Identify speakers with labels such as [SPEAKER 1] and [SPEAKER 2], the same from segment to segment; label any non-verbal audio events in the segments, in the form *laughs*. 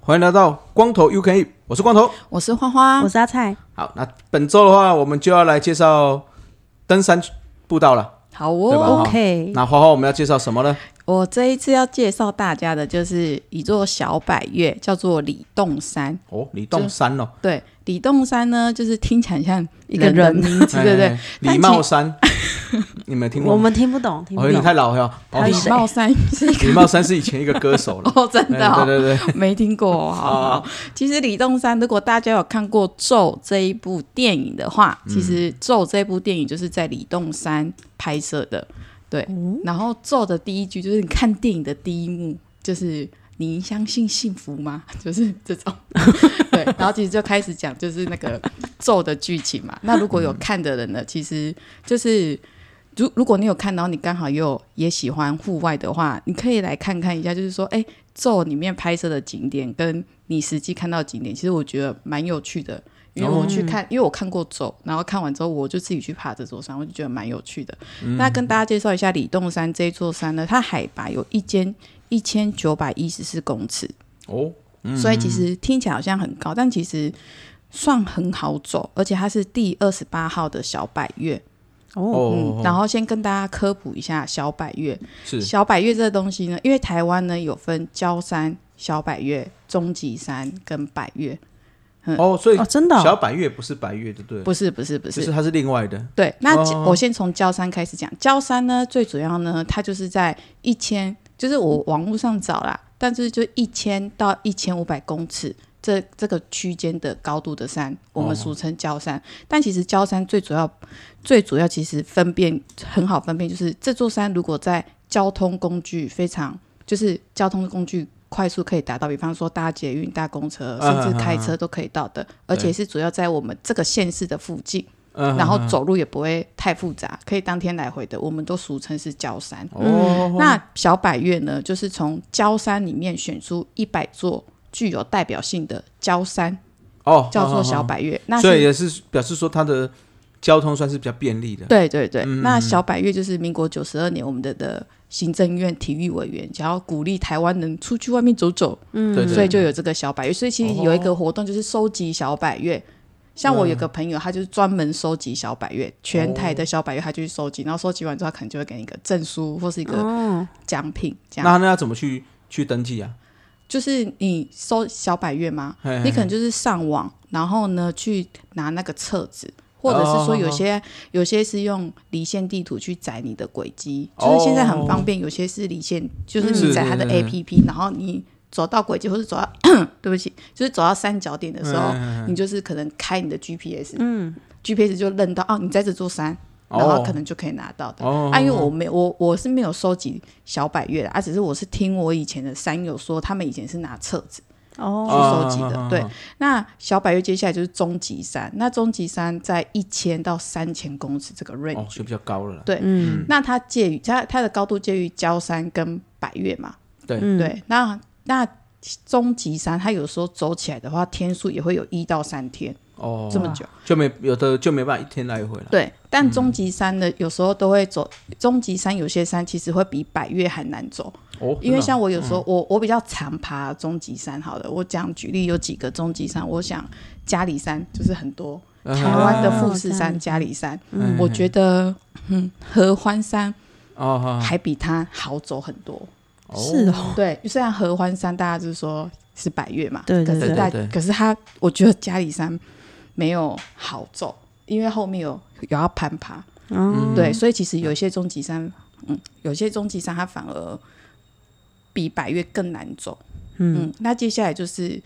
[SPEAKER 1] 欢迎来到光头 U K，我是 E，光头。
[SPEAKER 2] 我是花花
[SPEAKER 3] 我，是阿菜，
[SPEAKER 1] 啊好，那本周的话，我们就要来介绍登山步道了。
[SPEAKER 2] 好
[SPEAKER 1] 对吧
[SPEAKER 2] 哦。
[SPEAKER 3] OK，
[SPEAKER 1] 那花花，我们要介绍什么呢？
[SPEAKER 2] 我这一次要介绍大家的就是一座小百岳，叫做李洞山。
[SPEAKER 1] 哦，李洞山哦，
[SPEAKER 2] 对，李洞山呢，就是听起来像
[SPEAKER 3] 一个
[SPEAKER 2] 人
[SPEAKER 3] 人
[SPEAKER 2] 的名字，对不
[SPEAKER 1] 哎
[SPEAKER 2] 对？，
[SPEAKER 1] 李茂
[SPEAKER 2] *laughs*
[SPEAKER 1] 山，你们有听过
[SPEAKER 3] 我
[SPEAKER 1] 吗？
[SPEAKER 3] 们听不懂，听
[SPEAKER 1] 哦，
[SPEAKER 3] 不
[SPEAKER 1] 你
[SPEAKER 3] 懂。
[SPEAKER 1] 太老了哦。哦
[SPEAKER 3] 他
[SPEAKER 2] 李
[SPEAKER 3] 是谁
[SPEAKER 2] 茂山 *laughs* 是一个
[SPEAKER 1] 李茂山是以前一个歌
[SPEAKER 2] *laughs*
[SPEAKER 1] 手了。
[SPEAKER 2] 哦，真的
[SPEAKER 1] 哎
[SPEAKER 2] 哦，
[SPEAKER 1] 对
[SPEAKER 2] *laughs*
[SPEAKER 1] 对对，
[SPEAKER 2] 没听过哦。好好好其实李洞山，如果大家有看过《咒》这一部电影的话，其实《咒》这部电影就是在李洞山拍摄的。对，然后《咒》的第一句就是你看电影的第一幕，就是你相信幸福吗？ *laughs* 就是这种。对，然后其实就开始讲就是那个《咒》的剧情嘛。那如果有看的人呢，其实就是。如如果你有看，然后你刚好又也喜欢户外的话，你可以来看看一下，就是说，哎、咒里面拍摄的景点跟你实际看到的景点，其实我觉得蛮有趣的。因为我去看，因为我看过咒，然后看完之后我就自己去爬这座山，我就觉得蛮有趣的。那跟大家介绍一下李洞山这一座山呢，它海拔有一千一千九百一十四公尺，
[SPEAKER 1] 哦，
[SPEAKER 2] 所以其实听起来好像很高，但其实算很好走，而且它是第二十八号的小百岳。
[SPEAKER 3] 哦，
[SPEAKER 1] 哦
[SPEAKER 2] 嗯，，然后先跟大家科普一下小百岳，
[SPEAKER 1] 是
[SPEAKER 2] 小百岳这东西呢，因为台湾呢有分焦山、小百岳、终极山跟百岳，
[SPEAKER 1] 哦，所以
[SPEAKER 3] 哦，真的
[SPEAKER 1] 小
[SPEAKER 3] 哦，
[SPEAKER 1] 百月不是白月，对不对？
[SPEAKER 2] 不是不是不，
[SPEAKER 1] 就是是它是另外的。
[SPEAKER 2] 对。那
[SPEAKER 1] 哦
[SPEAKER 2] 焦我先从焦山开始讲，焦山呢最主要呢，它就是在一千，就是我网络上找啦，但是就一千到一千五百公尺。这这个区间的高度的山，我
[SPEAKER 1] 哦
[SPEAKER 2] 们俗称焦山。但其实焦山最主要、最主要其实分辨很好分辨，就是这座山如果在交通工具非常，就是交通工具快速可以达到，比方说搭捷运、搭公车，甚
[SPEAKER 1] 嗯
[SPEAKER 2] 至开车都可以到的，而且是主要在我们这个县市的附近。
[SPEAKER 1] 嗯
[SPEAKER 2] 然后走路也不会太复杂，可以当天来回的，我们都俗称是焦山。
[SPEAKER 1] 哦，
[SPEAKER 2] 嗯那小百岳呢，就是从焦山里面选出一百座具有代表性的焦山，
[SPEAKER 1] 哦，
[SPEAKER 2] 叫
[SPEAKER 1] 好
[SPEAKER 2] 做小，百岳。那
[SPEAKER 1] 好好所以
[SPEAKER 2] 是
[SPEAKER 1] 也是表示说它的交通算是比较便利的。
[SPEAKER 2] 对对对，
[SPEAKER 1] 嗯
[SPEAKER 2] 那小百岳就是民国九十二年我们的的行政院体育委员想要鼓励台湾人出去外面走走，
[SPEAKER 1] 对对，对
[SPEAKER 2] 嗯
[SPEAKER 1] 哦
[SPEAKER 2] 所以就有这个小百岳。所以其实有一个活动就是收集小百岳。像我有
[SPEAKER 1] 嗯
[SPEAKER 2] 个朋友，他就是专门收集小百岳，全台的小百岳他就去收集，然后收集完之后，他可能就会给你一个证书或是一个
[SPEAKER 3] 哦，
[SPEAKER 2] 奖品，这样。
[SPEAKER 1] 那那要怎么去去登记啊？
[SPEAKER 2] 就是你搜小百月吗？
[SPEAKER 1] 嘿
[SPEAKER 2] 你可能就是上网，然后呢去拿那个册子，或者是说有
[SPEAKER 1] 哦
[SPEAKER 2] 些、有些是用离线地图去载你的轨迹，
[SPEAKER 1] 哦
[SPEAKER 2] 就是现在很方便。有些是离线，就是
[SPEAKER 1] 是
[SPEAKER 2] 你载它的
[SPEAKER 1] 嗯是是
[SPEAKER 2] APP，然后你走到轨迹或者走到 *clears throat* 对不起，就是走到三角点的时候，你就是可能开你的 GPS，嗯，GPS 就认到哦你在这座山，然后可能就可以拿到的。
[SPEAKER 1] 哦
[SPEAKER 2] 啊，因为我没我我是没有收集小百越的，啊，只是我是听我以前的山友说，他们以前是拿册子去
[SPEAKER 3] 哦，
[SPEAKER 2] 收集的。
[SPEAKER 1] 啊
[SPEAKER 2] 对，那小百越接下来就是终极山，那终极山在一千到三千公尺这个
[SPEAKER 1] 哦
[SPEAKER 2] range，、
[SPEAKER 1] 就比较高了啦。
[SPEAKER 2] 对，那它介于它它的高度介于焦山跟百越嘛，
[SPEAKER 1] 对
[SPEAKER 2] 对，那那。终极山，它有时候走起来的话，天数也会有一到三天
[SPEAKER 1] 哦，
[SPEAKER 2] 这么久。
[SPEAKER 1] 就没有的就没办法一天来回了。
[SPEAKER 2] 对，但终极山的有时候都会走，终极山有些山其实会比百越还难走，
[SPEAKER 1] 哦，
[SPEAKER 2] 因为
[SPEAKER 1] 真的
[SPEAKER 2] 像我有时候，我我比较常爬终极山，好了，我讲举例有几个终极山，我想嘉里山就是很多
[SPEAKER 1] 啊哎
[SPEAKER 2] 台湾的富士
[SPEAKER 3] 嘉
[SPEAKER 2] 山、
[SPEAKER 3] 哦里
[SPEAKER 2] 嘉里山，
[SPEAKER 1] 嗯
[SPEAKER 2] 嗯我觉得嗯合欢山
[SPEAKER 1] 哦好
[SPEAKER 2] 还比它好走很多。
[SPEAKER 1] 哦
[SPEAKER 3] 是哦，
[SPEAKER 2] 对，虽然合欢山大家就是说是百越嘛，
[SPEAKER 3] 对对
[SPEAKER 2] 可是
[SPEAKER 1] 对
[SPEAKER 2] 大
[SPEAKER 1] 对对
[SPEAKER 2] 可是它我觉得嘉里山没有好走，因为后面有有要攀爬，
[SPEAKER 3] 嗯，
[SPEAKER 2] 对，所以其实有一些终极山，嗯，有些终极山它反而比百越更难走。嗯那接下来就是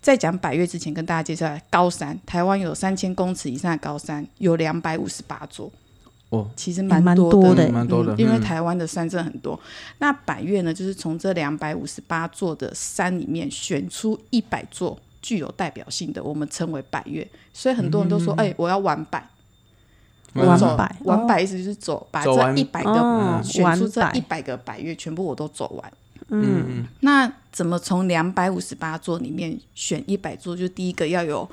[SPEAKER 2] 在讲百越之前，跟大家介绍高山，台湾有三千公尺以上的高山，有两百五十八座。
[SPEAKER 1] 哦，
[SPEAKER 2] 其实
[SPEAKER 3] 蛮
[SPEAKER 2] 多的
[SPEAKER 3] 多的
[SPEAKER 1] 嗯，蛮多的
[SPEAKER 2] 因为
[SPEAKER 1] 嗯
[SPEAKER 2] 台湾的山真的很多。那百越呢，就是从这两百五十八座的山里面选出一百座
[SPEAKER 1] 嗯
[SPEAKER 2] 具有代表性的，我们称为百越。所以很多人都说，哎、我要玩百。我走
[SPEAKER 3] 完百
[SPEAKER 2] 完百意思就是走把
[SPEAKER 1] 走
[SPEAKER 2] 这
[SPEAKER 1] 完
[SPEAKER 2] 一百个
[SPEAKER 3] 哦，
[SPEAKER 2] 选
[SPEAKER 3] 完
[SPEAKER 2] 出这
[SPEAKER 3] 百
[SPEAKER 2] 一百个百越全部我都走完。
[SPEAKER 1] 嗯，
[SPEAKER 2] 那怎么从两百五十八座里面选一百座？就第一个要有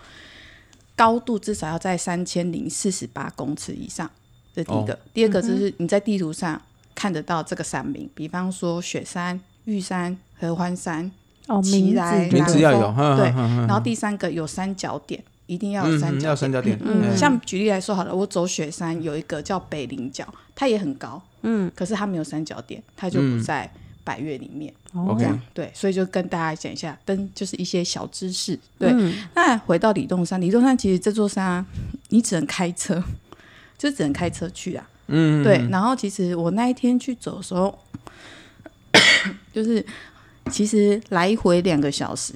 [SPEAKER 2] 高度至少要在三千零四十八公尺以上，这第一个。第二个就是你在地图上看得到这个山名，比方说雪山、玉山、合欢山，
[SPEAKER 3] 哦，
[SPEAKER 2] 起
[SPEAKER 3] 名
[SPEAKER 2] 来
[SPEAKER 3] 字
[SPEAKER 1] 名字要有，
[SPEAKER 2] 然后
[SPEAKER 1] 哼
[SPEAKER 2] 对
[SPEAKER 1] 哼哼
[SPEAKER 2] 然后第三个有三角点，一定要有
[SPEAKER 1] 嗯
[SPEAKER 2] 三
[SPEAKER 1] 嗯
[SPEAKER 2] 角
[SPEAKER 1] 要三角点，
[SPEAKER 2] 嗯，像举例来说好了，我走雪山有一个叫北岭角，它也很高，嗯，可是它没有三角点，它就不在百越里面。
[SPEAKER 1] OK
[SPEAKER 3] 哦
[SPEAKER 2] 这样对，所以就跟大家讲一下登就是一些小知识。对，那回到李洞山，李洞山其实这座山、啊，你只能开车， *laughs* 就只能开车去啊。嗯，对。然后其实我那一天去走的时候， *coughs* 就是其实来回两个小时，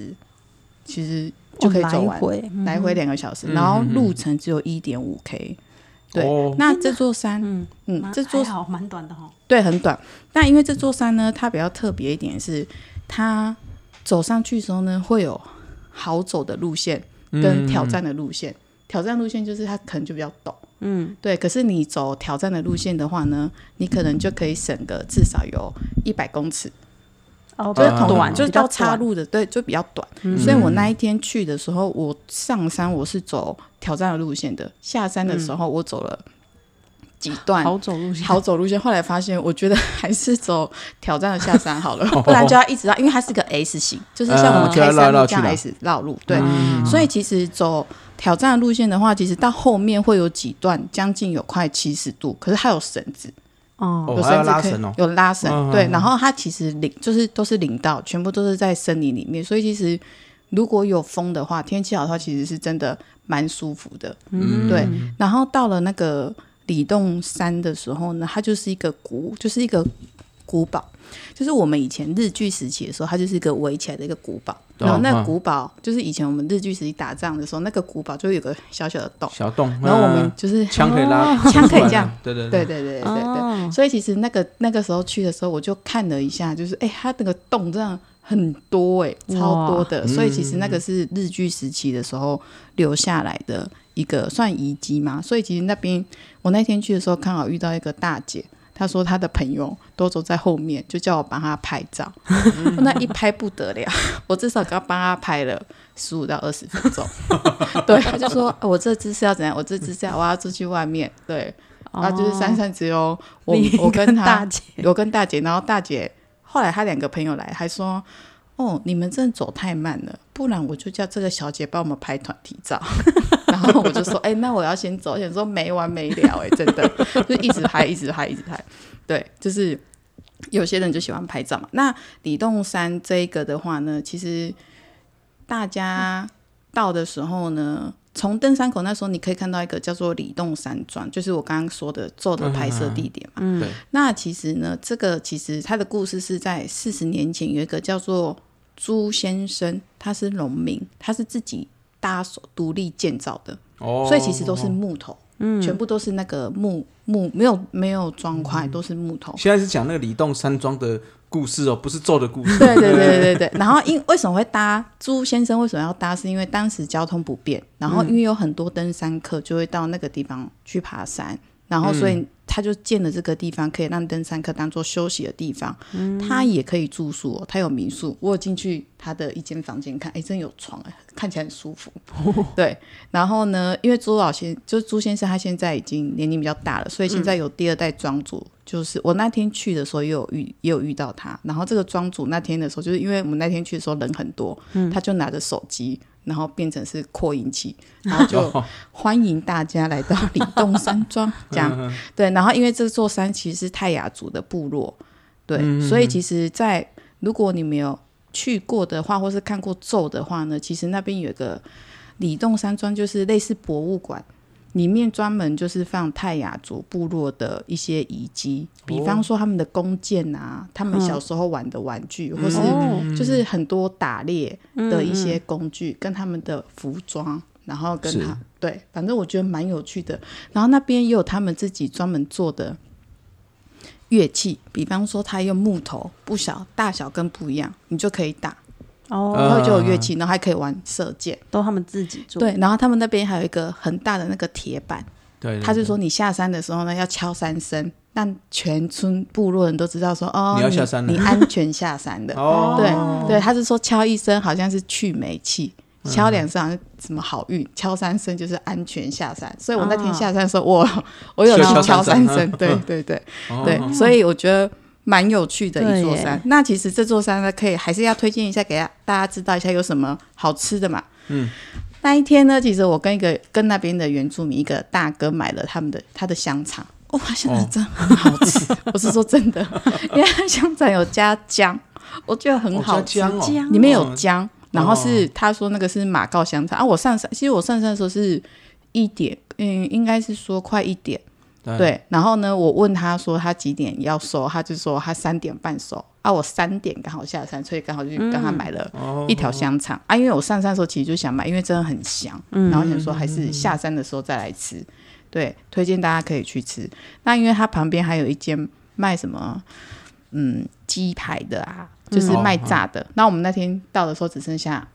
[SPEAKER 2] 其实就可以走完。
[SPEAKER 3] 来回，
[SPEAKER 2] 来回两嗯个小时，然后路程只有一点五 K。对，
[SPEAKER 1] 哦
[SPEAKER 2] 那这座山，嗯
[SPEAKER 4] 蛮
[SPEAKER 2] 这座
[SPEAKER 4] 还好蛮短的哈，
[SPEAKER 2] 对很短，但因为这座山呢，它比较特别一点是，它走上去的时候呢，会有好走的路线
[SPEAKER 1] 嗯
[SPEAKER 2] 跟挑战的路线。挑战路线就是它可能就比较陡，嗯，对。可是你走挑战的路线的话呢，你可能就可以省个至少有一百公尺，
[SPEAKER 3] 哦，
[SPEAKER 2] 就是
[SPEAKER 1] 同
[SPEAKER 2] 啊短，嗯就是
[SPEAKER 3] 比较
[SPEAKER 2] 到岔
[SPEAKER 3] 短，
[SPEAKER 2] 路的，对，就比较短。
[SPEAKER 1] 嗯
[SPEAKER 2] 所以我那一天去的时候，我上山我是走挑战的路线的，下山的时候我走了几段
[SPEAKER 4] 好走路线，
[SPEAKER 2] 好走路线。后来发现，我觉得还是走挑战的下山
[SPEAKER 1] *laughs*
[SPEAKER 2] 好了，不然就要一直绕，因为它是个 S 型，就是像我们
[SPEAKER 1] 嗯
[SPEAKER 2] 开
[SPEAKER 1] 就要
[SPEAKER 2] 山
[SPEAKER 1] 绕
[SPEAKER 2] 路
[SPEAKER 1] 绕
[SPEAKER 2] 这
[SPEAKER 1] 去
[SPEAKER 2] 样
[SPEAKER 1] 的
[SPEAKER 2] S 绕路。对，
[SPEAKER 4] 嗯
[SPEAKER 2] 所以其实走挑战的路线的话，其实到后面会有几段将近有快七十度，可是它有绳子。
[SPEAKER 3] 哦，
[SPEAKER 1] 哦
[SPEAKER 2] 有
[SPEAKER 1] 还要
[SPEAKER 2] 绳子
[SPEAKER 1] 拉
[SPEAKER 2] 可以
[SPEAKER 1] 绳哦，
[SPEAKER 2] 有拉绳，
[SPEAKER 1] 嗯
[SPEAKER 2] 对。然后它其实领就是都是领到，全部都是在森林里面，所以其实如果有风的话，天气好的话，其实是真的蛮舒服的，
[SPEAKER 1] 嗯
[SPEAKER 2] 对。然后到了那个里洞山的时候呢，它就是一个古，就是一个古堡，就是我们以前日据时期的时候，它就是一个围起来的一个古堡。
[SPEAKER 1] 懂
[SPEAKER 2] 然后那个
[SPEAKER 1] 嗯
[SPEAKER 2] 古堡就是以前我们日据时期打仗的时候，那个古堡就会有个小小的洞，
[SPEAKER 1] 小洞，
[SPEAKER 2] 然后我们
[SPEAKER 1] 嗯
[SPEAKER 2] 就是
[SPEAKER 1] 枪可以拉，
[SPEAKER 2] 枪可以
[SPEAKER 1] 出来
[SPEAKER 2] 这样，
[SPEAKER 1] 对对
[SPEAKER 2] 对，对对对对对。
[SPEAKER 3] 哦
[SPEAKER 2] 所以其实那个那个时候去的时候，我就看了一下，就是哎、它那个洞真的很多哎、超多的。所以其实那个是日据时期的时候留下来的一个算遗迹嘛。所以其实那边我那天去的时候，刚好遇到一个大姐。她说她的朋友都走在后面，就叫我帮她拍照。那一拍不得了， *laughs* 我至少给她帮她拍了十五到二十分钟。对，她就说啊我这姿势要怎样，我这姿势要我要出去外面。对，啊，
[SPEAKER 3] 哦
[SPEAKER 2] 就是珊珊只有我
[SPEAKER 3] 你
[SPEAKER 2] 我跟她
[SPEAKER 3] 大姐
[SPEAKER 2] 我跟大姐，然后大姐后来她两个朋友来还说。哦，你们真的走太慢了，不然我就叫这个小姐帮我们拍团体照。 *laughs* 然后我就说，哎、那我要先走，想说没完没了、哎，真的， *laughs* 就一直拍，一直拍，一直拍。对，就是有些人就喜欢拍照嘛。那李洞山这一个的话呢，其实大家到的时候呢，从登山口那时候，你可以看到一个叫做李洞山庄，就是我刚刚说的做的拍摄地点嘛。
[SPEAKER 1] 嗯对
[SPEAKER 2] 那其实呢，这个其实它的故事是在四十年前有一个叫做朱先生，他是农民，他是自己搭手独立建造的，
[SPEAKER 1] 哦，
[SPEAKER 2] 所以其实都是木头，嗯，全部都是那个木木，没有没有
[SPEAKER 1] 嗯
[SPEAKER 2] 砖块，都是木头。
[SPEAKER 1] 现在是讲那个李洞山庄的故事哦，不是咒的故事，
[SPEAKER 2] 对对对对对。然后因为什么会搭朱先生为什么要搭？是因为当时交通不便，然后因为有很多登山客就会到那个地方去爬山，然后所以他就建了这个地方，可以让登山客当做休息的地方。他也可以住宿、哦，他有民宿。我有进去他的一间房间看，哎，真有床哎，看起来很舒服。对，然后呢，因为朱老先就是朱先生，他现在已经年龄比较大了，所以现在有第二代庄主。就是我那天去的时候也有遇也有遇到他，然后这个庄主那天的时候，就是因为我们那天去的时候人很多，他就拿着手机，然后变成是扩音器，然后就欢迎大家来到李洞山庄这样。对，然后因为这座山其实是泰雅族的部落，对，所以其实在，如果你没有去过的话，或是看过咒的话呢，其实那边有一个李洞山庄，就是类似博物馆。里面专门就是放泰雅族部落的一些遗迹，比方说他们的弓箭啊，他们小时候玩的玩具，或是
[SPEAKER 3] 哦
[SPEAKER 2] 就是很多打猎的一些工具，跟他们的服装，然后跟
[SPEAKER 1] 是
[SPEAKER 2] 他对，反正我觉得蛮有趣的。然后那边也有他们自己专门做的乐器，比方说他用木头，不小大小跟不一样，你就可以打，然
[SPEAKER 3] 哦，
[SPEAKER 2] 后就有乐器，然后还可以玩射箭。
[SPEAKER 3] 都他们自己做，
[SPEAKER 2] 对，然后他们那边还有一个很大的那个铁板，
[SPEAKER 1] 对对
[SPEAKER 2] 他就说你下山的时候呢要敲三声，让全村部落人都知道说哦，
[SPEAKER 1] 你要下山了
[SPEAKER 2] 你你安全下山
[SPEAKER 1] *laughs*
[SPEAKER 2] 的。
[SPEAKER 1] 哦，
[SPEAKER 2] 对对，他是说敲一声好像是去煤气，
[SPEAKER 1] 嗯
[SPEAKER 2] 敲两声好像是什么好运，敲三声就是安全下山。所以我那天下山的时候，我 *laughs* 我有去
[SPEAKER 1] 啊需要敲
[SPEAKER 2] 敲
[SPEAKER 1] 三声嗯
[SPEAKER 2] 三
[SPEAKER 1] 哦
[SPEAKER 2] 声，对对对对，所以我觉得。蛮有趣的一座
[SPEAKER 3] 对
[SPEAKER 2] 山
[SPEAKER 3] 耶，
[SPEAKER 2] 那其实这座山呢，可以还是要推荐一下给大家大家知道一下有什么好吃的嘛。嗯，那一天呢，其实我跟一个跟那边的原住民一个大哥买了他们的他的香肠，哇，香肠真的很好
[SPEAKER 1] *laughs*
[SPEAKER 2] 吃，我是说真的，因为它香肠有加姜，我觉得很
[SPEAKER 1] 哦
[SPEAKER 2] 好
[SPEAKER 1] 加
[SPEAKER 2] 吃，
[SPEAKER 1] 姜哦
[SPEAKER 3] 姜
[SPEAKER 2] 里面有
[SPEAKER 1] 哦
[SPEAKER 2] 姜，然后是他说那个是马告香肠啊。我上山，其实我上山的时候是一点，嗯，应该是说快一点，
[SPEAKER 1] 对
[SPEAKER 2] 对。然后呢，我问他说他几点要收，他就说他三点半收啊。我三点刚好下山，所以刚好就跟他买了一条香肠、啊。因为我上山的时候其实就想买，因为真的很香，然后想说还是下山的时候再来吃。对，推荐大家可以去吃。那因为它旁边还有一间卖什么，嗯，鸡排的啊，就是卖炸的。那我们那天到的时候只剩下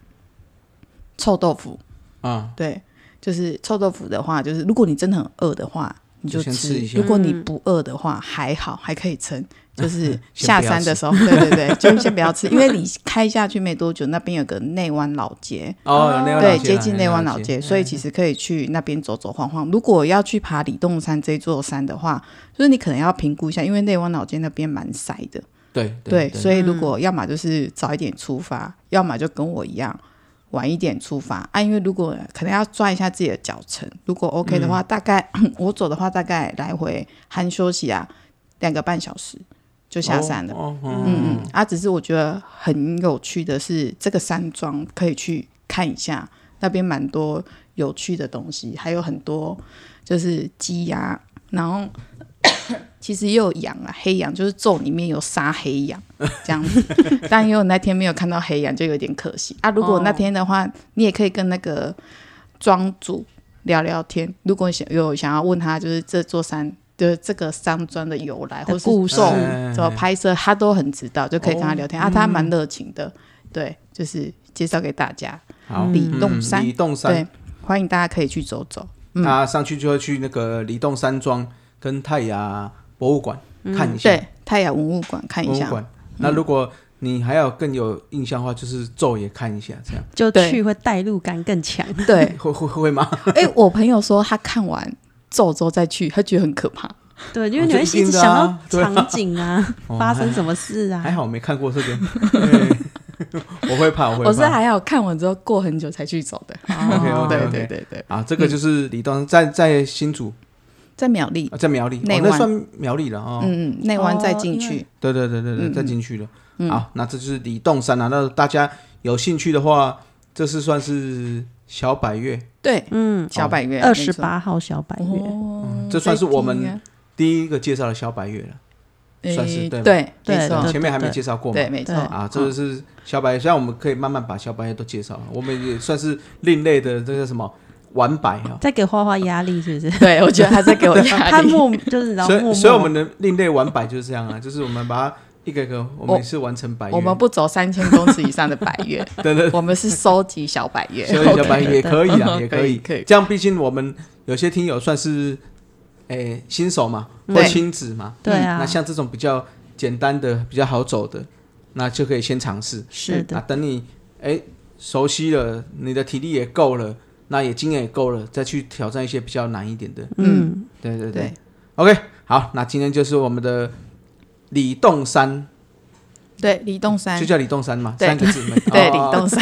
[SPEAKER 2] 臭豆腐，
[SPEAKER 1] 啊，
[SPEAKER 2] 对，就是臭豆腐的话，就是如果你真的很饿的话，你
[SPEAKER 1] 就
[SPEAKER 2] 就
[SPEAKER 1] 先吃一下
[SPEAKER 2] 如果你不饿的话，还好还可以撑。就是
[SPEAKER 1] *laughs* 先
[SPEAKER 2] 下
[SPEAKER 1] 不要
[SPEAKER 2] 山的时候，对对对，就是先不要吃，因为你开下去没多久，那边有个内湾老街，
[SPEAKER 1] 哦，内湾老
[SPEAKER 2] 对，
[SPEAKER 1] 街
[SPEAKER 2] 接
[SPEAKER 1] 啦
[SPEAKER 2] 近内湾老
[SPEAKER 1] 嗯
[SPEAKER 2] 街，所以其实可以去那边走走晃晃。如果要去爬里洞山这座山的话，就是你可能要评估一下，因为内湾老街那边蛮塞的，
[SPEAKER 1] 对
[SPEAKER 2] 对，所
[SPEAKER 1] 以
[SPEAKER 2] 以如果要么就是早一点出发，要么就跟我一样晚一点出发啊。因为如果可能要抓一下自己的脚程，如果 OK 的话，大概 *coughs* 我走的话，大概来回含休息啊两个半小时就下山了。
[SPEAKER 1] 哦，哦
[SPEAKER 2] 嗯嗯，啊，只是我觉得很有趣的是，这个山庄可以去看一下，那边蛮多有趣的东西，还有很多就是鸡呀、然后 *coughs* 其实也有羊啊，黑羊就是咒里面有杀黑羊这样子， *laughs* 但因为我那天没有看到黑羊，就有点可惜啊。如果那天的话，你也可以跟那个庄主聊聊天，如果想有想要问他，就是这座山。就是这个山庄的由来，
[SPEAKER 3] 的
[SPEAKER 2] 或是
[SPEAKER 3] 故事
[SPEAKER 2] 咒
[SPEAKER 1] 哎哎哎
[SPEAKER 2] 怎么拍摄，他都很知道，就可以跟他聊天、啊。他蛮热情的，对，就是介绍给大家，
[SPEAKER 1] 好，
[SPEAKER 2] 李洞
[SPEAKER 1] 嗯
[SPEAKER 2] 山
[SPEAKER 1] 李洞山
[SPEAKER 2] 对，，嗯欢迎大家可以去走走。
[SPEAKER 1] 他上去就会去那个李洞山庄跟泰雅博物馆看一下，
[SPEAKER 2] 嗯对，泰雅文物馆看一
[SPEAKER 1] 博物
[SPEAKER 2] 下，嗯
[SPEAKER 1] 馆。那如果你还有更有印象的话，就是咒也看一下，这样
[SPEAKER 3] 就
[SPEAKER 2] 对
[SPEAKER 3] 去会代入感更强。
[SPEAKER 2] 对，
[SPEAKER 1] 会会会吗？
[SPEAKER 2] 哎、我朋友说他看完咒之后再去，他觉得很可怕。
[SPEAKER 3] 对，因为
[SPEAKER 1] 哦
[SPEAKER 3] 你
[SPEAKER 1] 这
[SPEAKER 3] 会
[SPEAKER 1] 一
[SPEAKER 3] 一
[SPEAKER 1] 定
[SPEAKER 3] 直
[SPEAKER 1] 的
[SPEAKER 3] 想到
[SPEAKER 1] 啊对啊
[SPEAKER 3] 场景啊，
[SPEAKER 1] 哦
[SPEAKER 3] *laughs* 发生什么事啊
[SPEAKER 1] 还，好没看过这
[SPEAKER 2] *laughs*
[SPEAKER 1] 个，对 *laughs* 我会怕，我会怕。*laughs*
[SPEAKER 2] 我是还好看完之后过很久才去走的。
[SPEAKER 1] OK，OK，OK
[SPEAKER 2] 对对对对，
[SPEAKER 1] 啊，这个就是李洞在在新竹，
[SPEAKER 2] 在苗栗，
[SPEAKER 1] 啊在苗栗，哦
[SPEAKER 2] 内，湾
[SPEAKER 1] 那算苗栗了哦。
[SPEAKER 2] 嗯嗯，内湾再进
[SPEAKER 3] 哦因
[SPEAKER 2] 去，
[SPEAKER 1] 对对对对对，
[SPEAKER 2] 嗯
[SPEAKER 1] 再进去了。好，那这就是李洞山啊。那大家有兴趣的话，这是算是小百月，
[SPEAKER 2] 对，
[SPEAKER 3] 嗯，
[SPEAKER 2] 小百月
[SPEAKER 3] 二十，八号小百
[SPEAKER 2] 没错
[SPEAKER 3] 月，
[SPEAKER 2] 哦，
[SPEAKER 1] 这算是我
[SPEAKER 2] 在听
[SPEAKER 1] 们
[SPEAKER 2] 啊
[SPEAKER 1] 第一个介绍的小百月了。算是
[SPEAKER 2] 诶
[SPEAKER 1] 对吧
[SPEAKER 2] 呃对，
[SPEAKER 3] 对
[SPEAKER 2] 没错
[SPEAKER 3] 对
[SPEAKER 1] 前面还没介绍过嘛？
[SPEAKER 2] 对，没错
[SPEAKER 3] 对
[SPEAKER 1] 啊，这就是小白，现在我们可以慢慢把小白都介绍了，我们也算是另类的这个什么玩白啊。
[SPEAKER 3] 再给花花压力是不
[SPEAKER 2] *laughs*
[SPEAKER 3] 是？
[SPEAKER 2] 对，我觉得他在给我压
[SPEAKER 3] *laughs* 他
[SPEAKER 2] 力。
[SPEAKER 3] 默就是然后
[SPEAKER 1] 所
[SPEAKER 3] 默默，
[SPEAKER 1] 以，所以我们的另类玩白就是这样啊，就是我们把它一个一个，我们
[SPEAKER 2] 我
[SPEAKER 1] 也是完成白月，
[SPEAKER 2] 我们不走三千公尺以上的百
[SPEAKER 1] *laughs*
[SPEAKER 2] 月，
[SPEAKER 1] 对对，
[SPEAKER 2] 我们是收集小百月，
[SPEAKER 1] 所以小白
[SPEAKER 3] OK，
[SPEAKER 1] 也可以
[SPEAKER 2] *laughs*
[SPEAKER 1] 啊，
[SPEAKER 2] 对
[SPEAKER 1] 也可以，
[SPEAKER 2] 可以可以
[SPEAKER 1] 这样毕竟我们有些听友算是诶新手嘛，或
[SPEAKER 2] 对
[SPEAKER 1] 亲子嘛，
[SPEAKER 3] 对啊
[SPEAKER 1] 那，像这种比较简单的、比较好走的，那就可以先尝试。
[SPEAKER 3] 是
[SPEAKER 1] 那
[SPEAKER 3] 的，
[SPEAKER 1] 等你哎、熟悉了，你的体力也够了，那也经验也够了，再去挑战一些比较难一点的。
[SPEAKER 3] 嗯，
[SPEAKER 1] 对对对。
[SPEAKER 2] 对
[SPEAKER 1] OK，好，那今天就是我们的李洞山，
[SPEAKER 2] 对，李洞山
[SPEAKER 1] 就，叫李洞山嘛，
[SPEAKER 2] 对。
[SPEAKER 1] 三个字嘛
[SPEAKER 2] *laughs* 对，
[SPEAKER 1] 哦
[SPEAKER 2] 李洞山，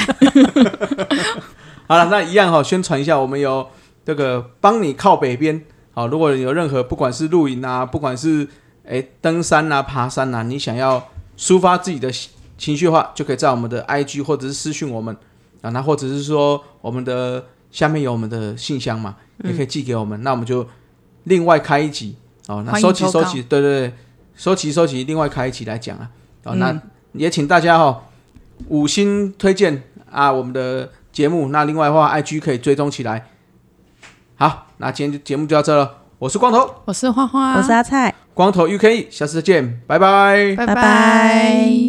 [SPEAKER 1] 好了，那一样哈、宣传一下，我们有这个帮你靠北边。好，如果有任何不管是露营啊，不管是哎、登山啊、爬山啊，你想要抒发自己的情情绪的话，就可以在我们的 IG 或者是私讯我们啊，那或者是说我们的下面有我们的信箱嘛，
[SPEAKER 2] 嗯
[SPEAKER 1] 也可以寄给我们，那我们就另外开一集哦，那
[SPEAKER 2] 欢迎
[SPEAKER 1] 收集
[SPEAKER 2] 投
[SPEAKER 1] 收
[SPEAKER 2] 稿
[SPEAKER 1] 集，对对对，收集收集，另外开一集来讲啊，哦，那
[SPEAKER 2] 嗯
[SPEAKER 1] 也请大家哦五星推荐啊我们的节目，那另外的话 IG 可以追踪起来。好，那今天就节目就到这了，我是光头。
[SPEAKER 2] 我是花花，
[SPEAKER 3] 我是阿菜，
[SPEAKER 1] E，光头 UKE，下次再见，拜拜。
[SPEAKER 2] 拜
[SPEAKER 3] 拜拜